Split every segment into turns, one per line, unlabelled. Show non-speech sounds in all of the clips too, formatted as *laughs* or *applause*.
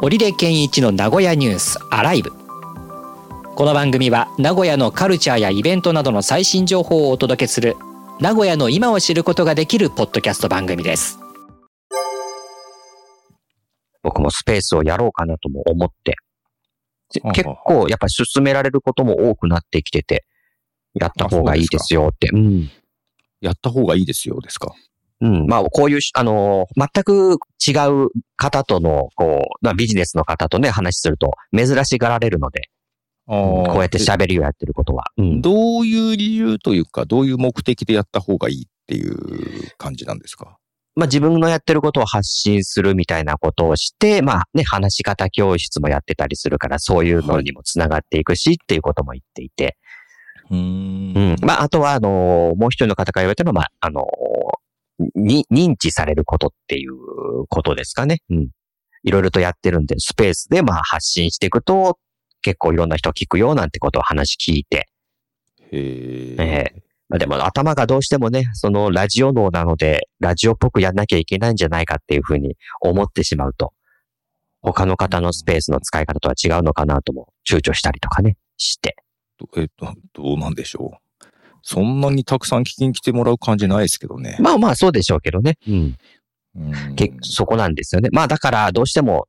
織出健一の名古屋ニュースアライブこの番組は名古屋のカルチャーやイベントなどの最新情報をお届けする名古屋の今を知ることができるポッドキャスト番組です
僕もスペースをやろうかなとも思って、で
うんうん
結構やっぱり進められることも多くなってきてて、やった方がいいですよって。うん。
やった方がいいですよ、ですか。
うん。まあ、こういうし、あのー全く違う方との、こう、まあビジネスの方とね、話すると、珍しがられるので、こうやって喋りをやってることは。うん。
どういう理由というか、どういう目的でやった方がいいっていう感じなんですか
まあ、自分のやってることを発信するみたいなことをして、まあ、ね、話し方教室もやってたりするから、そういうのにもつながっていくし、っていうことも言っていて。
う。
うんん。まあ、あとは、あのーもう一人の方から言われたのは、まあ、あのーに、認知されることっていうことですかね。うん。いろいろとやってるんで、スペースで、まあ、発信していくと、結構いろんな人聞くよ、なんてことを話聞いて。
へ
え
え。
まあ、でも、頭がどうしてもね、その、ラジオ脳なので、ラジオっぽくやんなきゃいけないんじゃないかっていうふうに思ってしまうと、他の方のスペースの使い方とは違うのかなとも、躊躇したりとかね、して。
どえっと、どうなんでしょう。そんなにたくさん聞きに来てもらう感じないですけどね。
まあまあ、そうでしょうけどね。うん。
うん
けそこなんですよね。まあだからどうしても、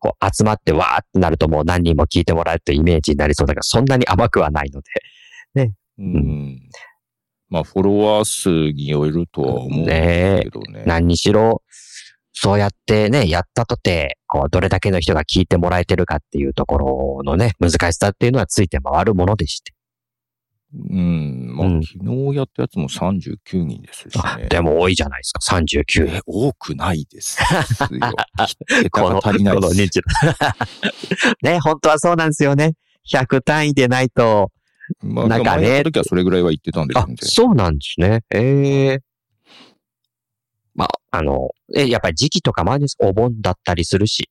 こう集まってわーってなるともう何人も聞いてもらえるというイメージになりそうだから、そんなに甘くはないので。
うん。まあ、フォロワー数によるとは思うんですけどね。
何にしろ、そうやってね、やったとて、こう、どれだけの人が聞いてもらえてるかっていうところのね、難しさっていうのはついて回るものでして。
うん。まあ
う、ん
昨日やったやつも39人ですし
あ
ね。
でも多いじゃないですか、39人。
え多くないです
*laughs*
よ。桁が足りない
こ
で
の
す
認。知 *laughs* ね、本当はそうなんですよね。100単位でないと。
まあ、
なんかね
でも前やった時はそれぐらいは言ってたんです
あ
よ、ね、
そうなんですね。ええまあ、あの、え、やっぱり時期とかもあるんです。お盆だったりするし。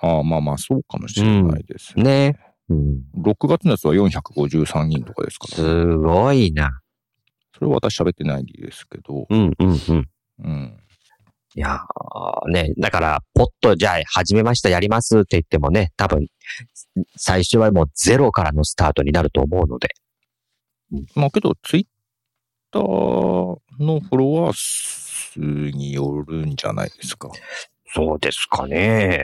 ああまあまあ、そうかもしれないです、
ね。うん。
6月のやつは453人とかですから、
すごいな。
それは私喋ってないですけど、
うんうんうん。
うん。
いやーね、だから、ポッと、じゃあ、始めました、やりますって言ってもね、多分、最初はもうゼロからのスタートになると思うので。
まあけど、ツイッターのフォロワー数によるんじゃないですか。
そうですかね。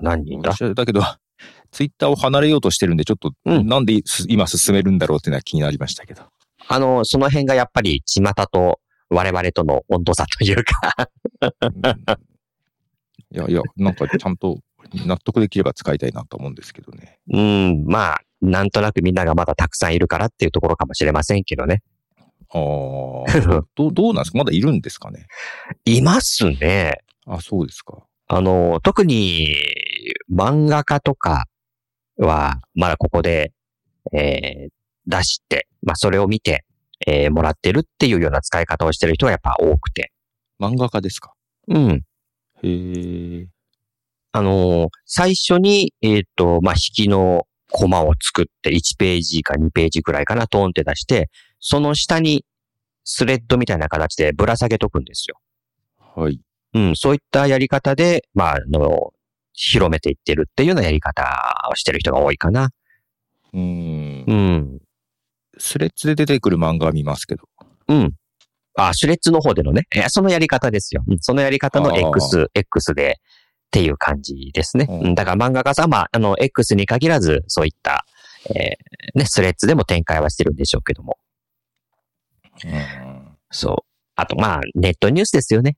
何人だ
私はだけど、ツイッターを離れようとしてるんで、ちょっと、
うん
なんです今進めるんだろうっていうのは気になりましたけど。
あの、その辺がやっぱり、巷と我々との温度差というか。
いやいや、なんかちゃんと納得できれば使いたいなと思うんですけどね。
うん、まあ、なんとなくみんながまだたくさんいるからっていうところかもしれませんけどね。 *laughs*
ああ、どうどうなんですかまだいるんですかね
いますね。
あ、そうですか。
あの、特に漫画家とかは、まだここで、えー出して、まあ、それを見て、えーもらってるっていうような使い方をしてる人がやっぱ多くて。
漫画家ですか
うん。
へえ。
あのー最初に、えっ、と、まあ、引きのコマを作って、1ページか2ページくらいかな、トーンって出して、その下にスレッドみたいな形でぶら下げとくんですよ。
はい。
うん、そういったやり方で、まあ、あの、広めていってるっていうようなやり方をしてる人が多いかな。
うー。
うんん。
スレッズで出てくる漫画は見ますけど。
うん。あ、シュレッズの方でのね、えそのやり方ですよ。うんそのやり方の
あー
X、X で、っていう感じですね。
うん
うんだから漫画家さんは、まあ、あの、X に限らず、そういった、えーね、スレッズでも展開はしてるんでしょうけども。
うん。
そう。あと、まあ、ネットニュースですよね。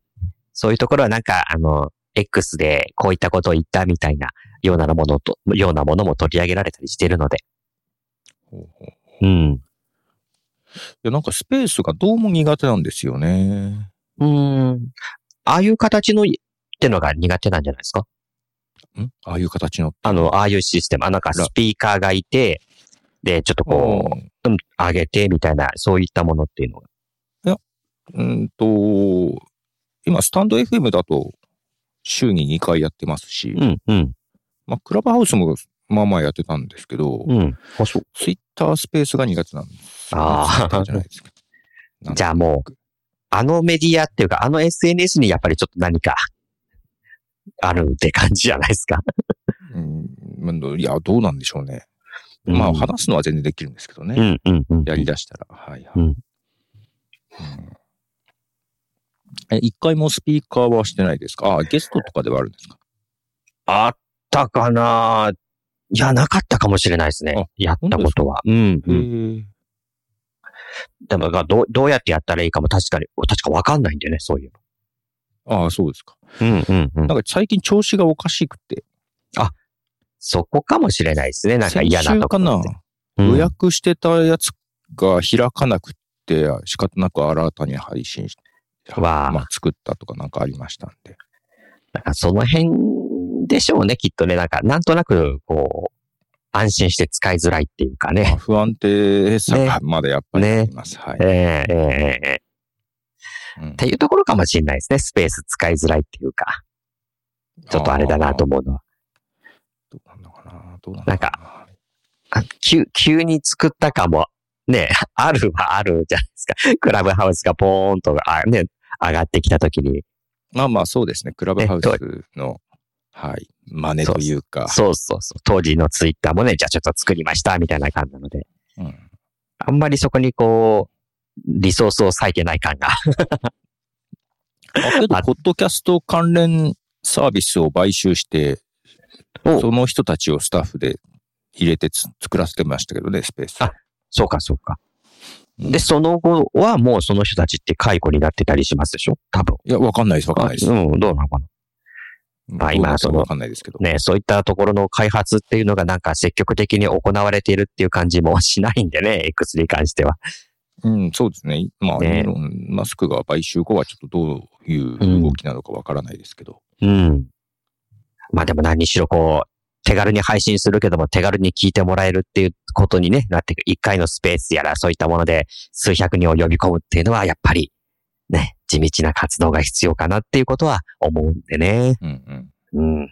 そういうところはなんか、あの、X でこういったことを言ったみたいなようなものと、ようなものも取り上げられたりしてるので。
ほうほう
う
い
ん。
や、なんかスペースがどうも苦手なんですよね。
うん。ああいう形の、ってのが苦手なんじゃないですか
んああいう形の。
あの、ああいうシステム、あ、なんかスピーカーがいて、で、ちょっとこ
うん
う、うん上げてみたいな、そういったものっていうのが。
うんと、今、スタンド FM だと、週に2回やってますし、
うん、うん、
まあ、クラブハウスも、まあまあやってたんですけど、
うん。あ、そう。
ツイッタースペースが苦手なんですよね。
あー
Twitter じゃな
*laughs*
いですけど。なんか
じゃあもう、あのメディアっていうか、あの SNS にやっぱりちょっと何か、あるって感じじゃないですか。
うんまあ、いや、どうなんでしょうね。ま
う
あ、
ん
話すのは全然できるんですけどね。
うんうんうん。
やり出したら。はいはい。
うん
うんえ一回もスピーカーはしてないですかあ、ゲストとかではあるんですか
あったかないや、なかったかもしれないですね
あ。
やったことは。うん、
へ
うん。
ー
でもがどう、どうやってやったらいいかも確かに、確かわかんないんだよね、そういう
ああ、そうですか。
の。うんうんうん
なんか最近調子がおかしくて。
そこかもしれないですね。なんか嫌な
先週
とこ
か
ろ
な
って。
予
うん
約してたやつが開かなくって、仕方なく新たに配信し
わあ
まあ、作ったとかなんかありましたんで。
なんかその辺でしょうね、きっとね。なんか、なんとなく、こう、安心して使いづらいっていうか
まあ
ね。
不安定さがまだやっぱり
ね
あります。はい
え。えええええ
うん
っていうところかもしれないですね。スペース使いづらいっていうか、ちょっとあれだなと思うのは。
どうなんのかなどうなん
な
の
ん
か
あ急、急に作ったかも。ね、 *laughs* あるはあるじゃないですか。クラブハウスがポーンと、あね、上がってきたときに、
なまあまあそうですね。クラブハウスの、はい、真似というか。
そうそうそう、当時のツイッターもね、じゃあちょっと作りました、みたいな感じなので、
うん
あんまりそこにこう、リソースを割いてない感が。
あけど、
あ
ポッドキャスト関連サービスを買収して、
お
その人たちをスタッフで入れてつ作らせてましたけどね、スペース。
あ *laughs* そうか、そうか。
うん
で、その後はもうその人たちって解雇になってたりしますでしょ多分。
いや、わかんないです、わかんないです。
うん、どうなのかな。まあ今
そ
そ
の
の
わかんないですけど。
ね、そういったところの開発っていうのがなんか積極的に行われているっていう感じもしないんでね、X に関しては。
うん、そうですね。まあ、
ね
イーロン・マスクが買収後はちょっとどういう動きなのかわからないですけど。
うん。まあでも何にしろこう、手軽に配信するけども手軽に聞いてもらえるっていうことにね、なっていく。一回のスペースやらそういったもので数百人を呼び込むっていうのはやっぱりね、地道な活動が必要かなっていうことは思うんでね。
うんうん。
うん。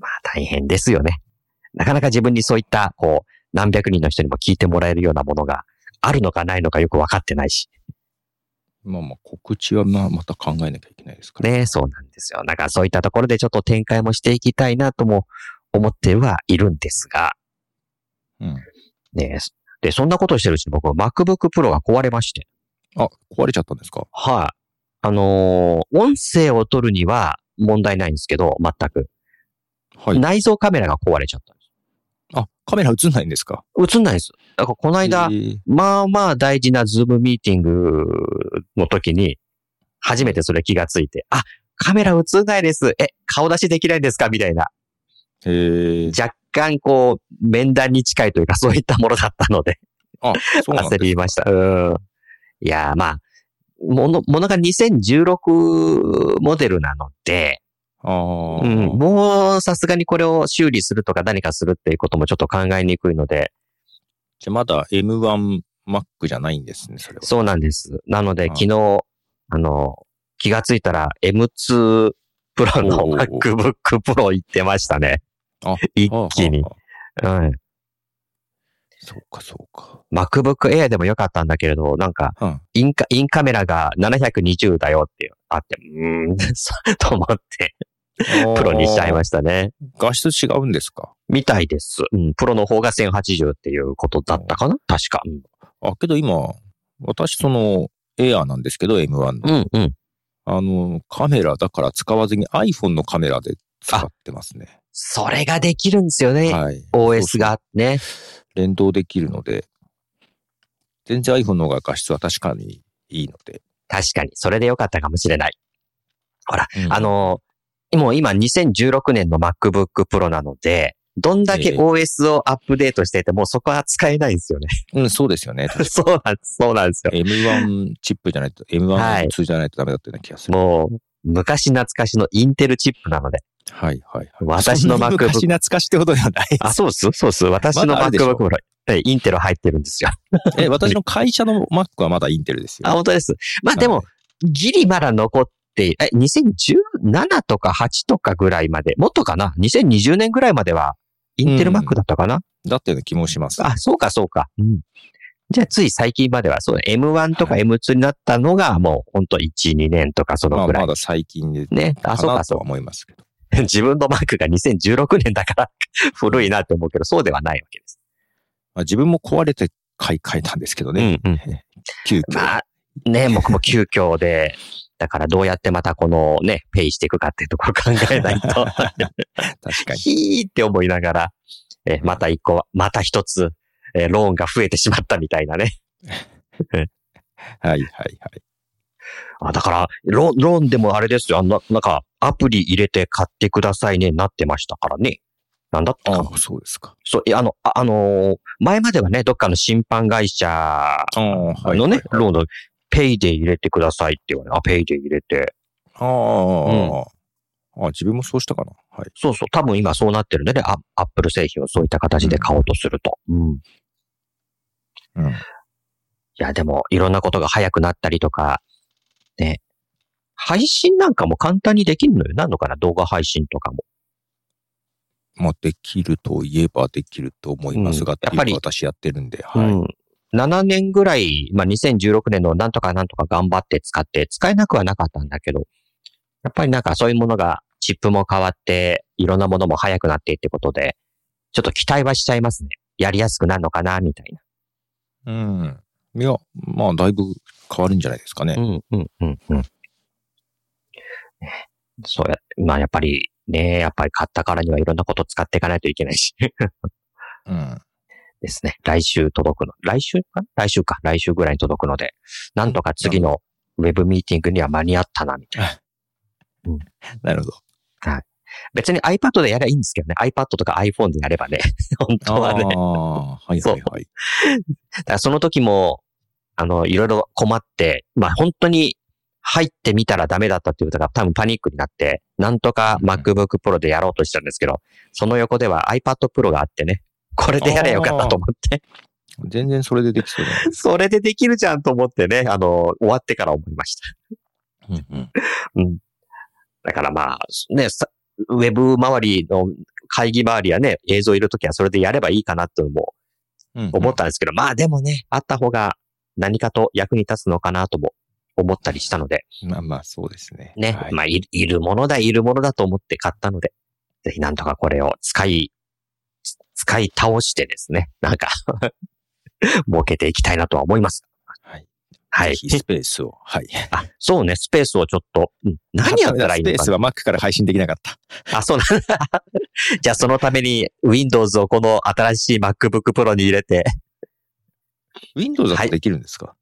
まあ大変ですよね。なかなか自分にそういったこう、何百人の人にも聞いてもらえるようなものがあるのかないのかよくわかってないし。
まあまあ、告知はまあまた考えなきゃいけないですから。
ね、そうなんですよ。なんかそういったところでちょっと展開もしていきたいなとも思ってはいるんですが、
うん。
ね、で、そんなことしてるうちに僕は MacBook Pro が壊れまして、
あ、壊れちゃったんですか
はい、あのー音声を取るには問題ないんですけど、全く。
はい。
内蔵カメラが壊れちゃったんで
あ、カメラ映んないんですか
す。映んないです。だからこの間、
えー
まあまあ大事なズームミーティングの時に、初めてそれ気がついて、あ、カメラ映んないです。え、顔出しできないんですかみたいな。
えー
若干こう、面談に近いというか、 *laughs* そういったものだったので、
あ、そうなん
焦
です
りました。うん。いやー、まあ、もの、ものが2016モデルなので、
ああ、
うん、もうさすがにこれを修理するとか何かするっていうこともちょっと考えにくいので、
じゃあまだ M1Mac じゃないんですね、それは。
そうなんです。なので、
ああ
昨日、あの、気がついたら M2 プロの
おうおうおう
MacBook Pro 行ってましたね
あ。
一
はあはあ
気に。うん。
そうか、そうか。
MacBook Air でもよかったんだけれど、なんか、
うん
インカ、インカメラが720だよっていう、あって、うーん、 *laughs* そうと思って、 *laughs* プロにしちゃいましたね。
画質違うんですか
みたいです。うん、プロの方が1080っていうことだったかな確か。
あ、けど今、私その、エアーなんですけど、M1
う
の。
ん、うん。
あの、カメラだから使わずに iPhone のカメラで使ってますね。
それができるんですよね。
はい。
OS がね。
連動できるので、全然 iPhone の方が画質は確かにいいので。
確かに。それでよかったかもしれない。
うん
あ、の、もう今2016年の MacBook Pro なので、どんだけ
ええ
OS をアップデートしててもそこは使えないんですよね。 *laughs*
うん、そうです *laughs* よね。
そうなんです。そうなんですよ。
M1 チップじゃないと、
はい
M1 通じゃないとダメだったような気がする。
もう、昔懐かしのインテルチップなので。
はい、はい、はい。
私の
そんな
MacBook
昔懐かしってことではないです。
あ、そうっすそうっす。私の
まだあるでし
MacBook
ょ
Pro、えインテル入ってるんですよ。
*laughs* え、私の会社の Mac はまだインテルですよ。
あ、本当です。まあ
はい
でも、、ギリまだ残って、え、2017とか8とかぐらいまで、もっとかな ?2020 年ぐらいまでは、インテル
うん
Mac だったかな、
だったような気もします。
あ、そうか、そうか。うん。じゃあ、つい最近までは、そう、M1 とか M2 になったのが、もう、ほんと1、2年とか、そ
ま
の
あ、
ぐら
ま
い。
だ最近で、
ね。あ、そうか、
かなと
そう
は思いますけど。
*laughs* 自分のマークが2016年だから古いなって思うけど、そうではないわけです。
まあ、自分も壊れて買い替えたんですけどね。
うんうん
急遽。
まあ、ね、僕も急遽で、だからどうやってまたこのね、ペイしていくかっていうところ考え
*laughs*
ないと、
確かに。
ひーって思いながら、えまた一個、また一つ、えローンが増えてしまったみたいなね。
はいはいはい。
あだからローン、ローンでもあれですよ。あの、なんか、アプリ入れて買ってくださいね、なってましたからね。なんだったかな
ああ、そうですか。
そう、いやあの、ああのー前まではね、どっかの審判会社
ああ、はい。
のね、ローンのペイで入れてくださいって言われて、あ、ペイで入れて。
ああ、ああ、自分もそうしたかな。はい。
そうそう、多分今そうなってるんでね、あアップル製品をそういった形で買おうとすると。うん。い
うん。
や、でも、いろんなことが早くなったりとか、ね。配信なんかも簡単にできるのよ。なんのかな動画配信とかも。
まあ、できるといえばできると思いますが、
うんやっぱり
っていうか私やってるんで、はい。
うん。7年ぐらい、まあ、2016年のなんとかなんとか頑張って使って、使えなくはなかったんだけど、やっぱりなんかそういうものが、チップも変わって、いろんなものも早くなってってことで、ちょっと期待はしちゃいますね。やりやすくなるのかな、みたいな。
うん。いや、まあ、だいぶ変わるんじゃないですかね。
うん、うん、うん、うん。ねそうや、まあやっぱりね、やっぱり買ったからにはいろんなこと使っていかないといけないし。
うん。
ですね。来週届くの。来週か来週か。来週ぐらいに届くので、なんとか次のウェブミーティングには間に合ったな、みたいな。
なるほど。
別に iPad でやればいいんですけどね。iPad とか iPhone でやればね。 *laughs* 本当はね。
ああ、はい
そ
は
う
いはい。
だからその時も、あの、いろいろ困って、まあ本当に入ってみたらダメだったっていうことが多分パニックになって、なんとか
うん
MacBook Pro でやろうとしたんですけど、その横では iPad Pro があってね、これでやればよかったと思って、
全然それでできそうだね。
*laughs* それでできるじゃんと思ってね、あの、終わってから思いました。
うんうん。
だからまあ、ね、さウェブ周りの会議周りやね、映像いるときはそれでやればいいかなとも
うんうん
思ったんですけど、まあでもね、あった方が何かと役に立つのかなとも思ったりしたので、
まあまあ、そうですね。
ね、
はい
まあいいるものだ、いるものだと思って買ったので、ぜひなんとかこれを使い、使い倒してですね、なんか、 *laughs* 儲けていきたいなとは思います。
はい。
は
ぜ
い。
ひスペースを。はい。
あ、そうね、スペースをちょっと、うん何やったらいい
スペ
の
ー
か
ス
な
は Mac から配信できなかった。
あ、そう *laughs* なんだ。じゃあそのために Windows をこの新しい MacBook Pro に入れて、
Windows だ
は
と
い
できるんですか、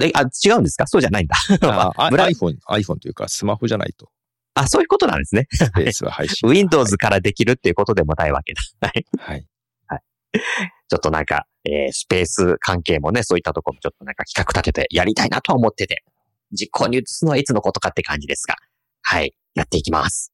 え、あ、違うんですかそうじゃないんだ。
ああ
ブラ
iPhone、iPhone というか、スマホじゃないと、
あ、そういうことなんですね。
スペースは配信。
Windows からできるっていうことでもないわけだ。
はい。
ちょっとなんか、えースペース関係もね、そういったところもちょっとなんか企画立ててやりたいなとは思ってて、実行に移すのはいつのことかって感じですが、はい、やっていきます。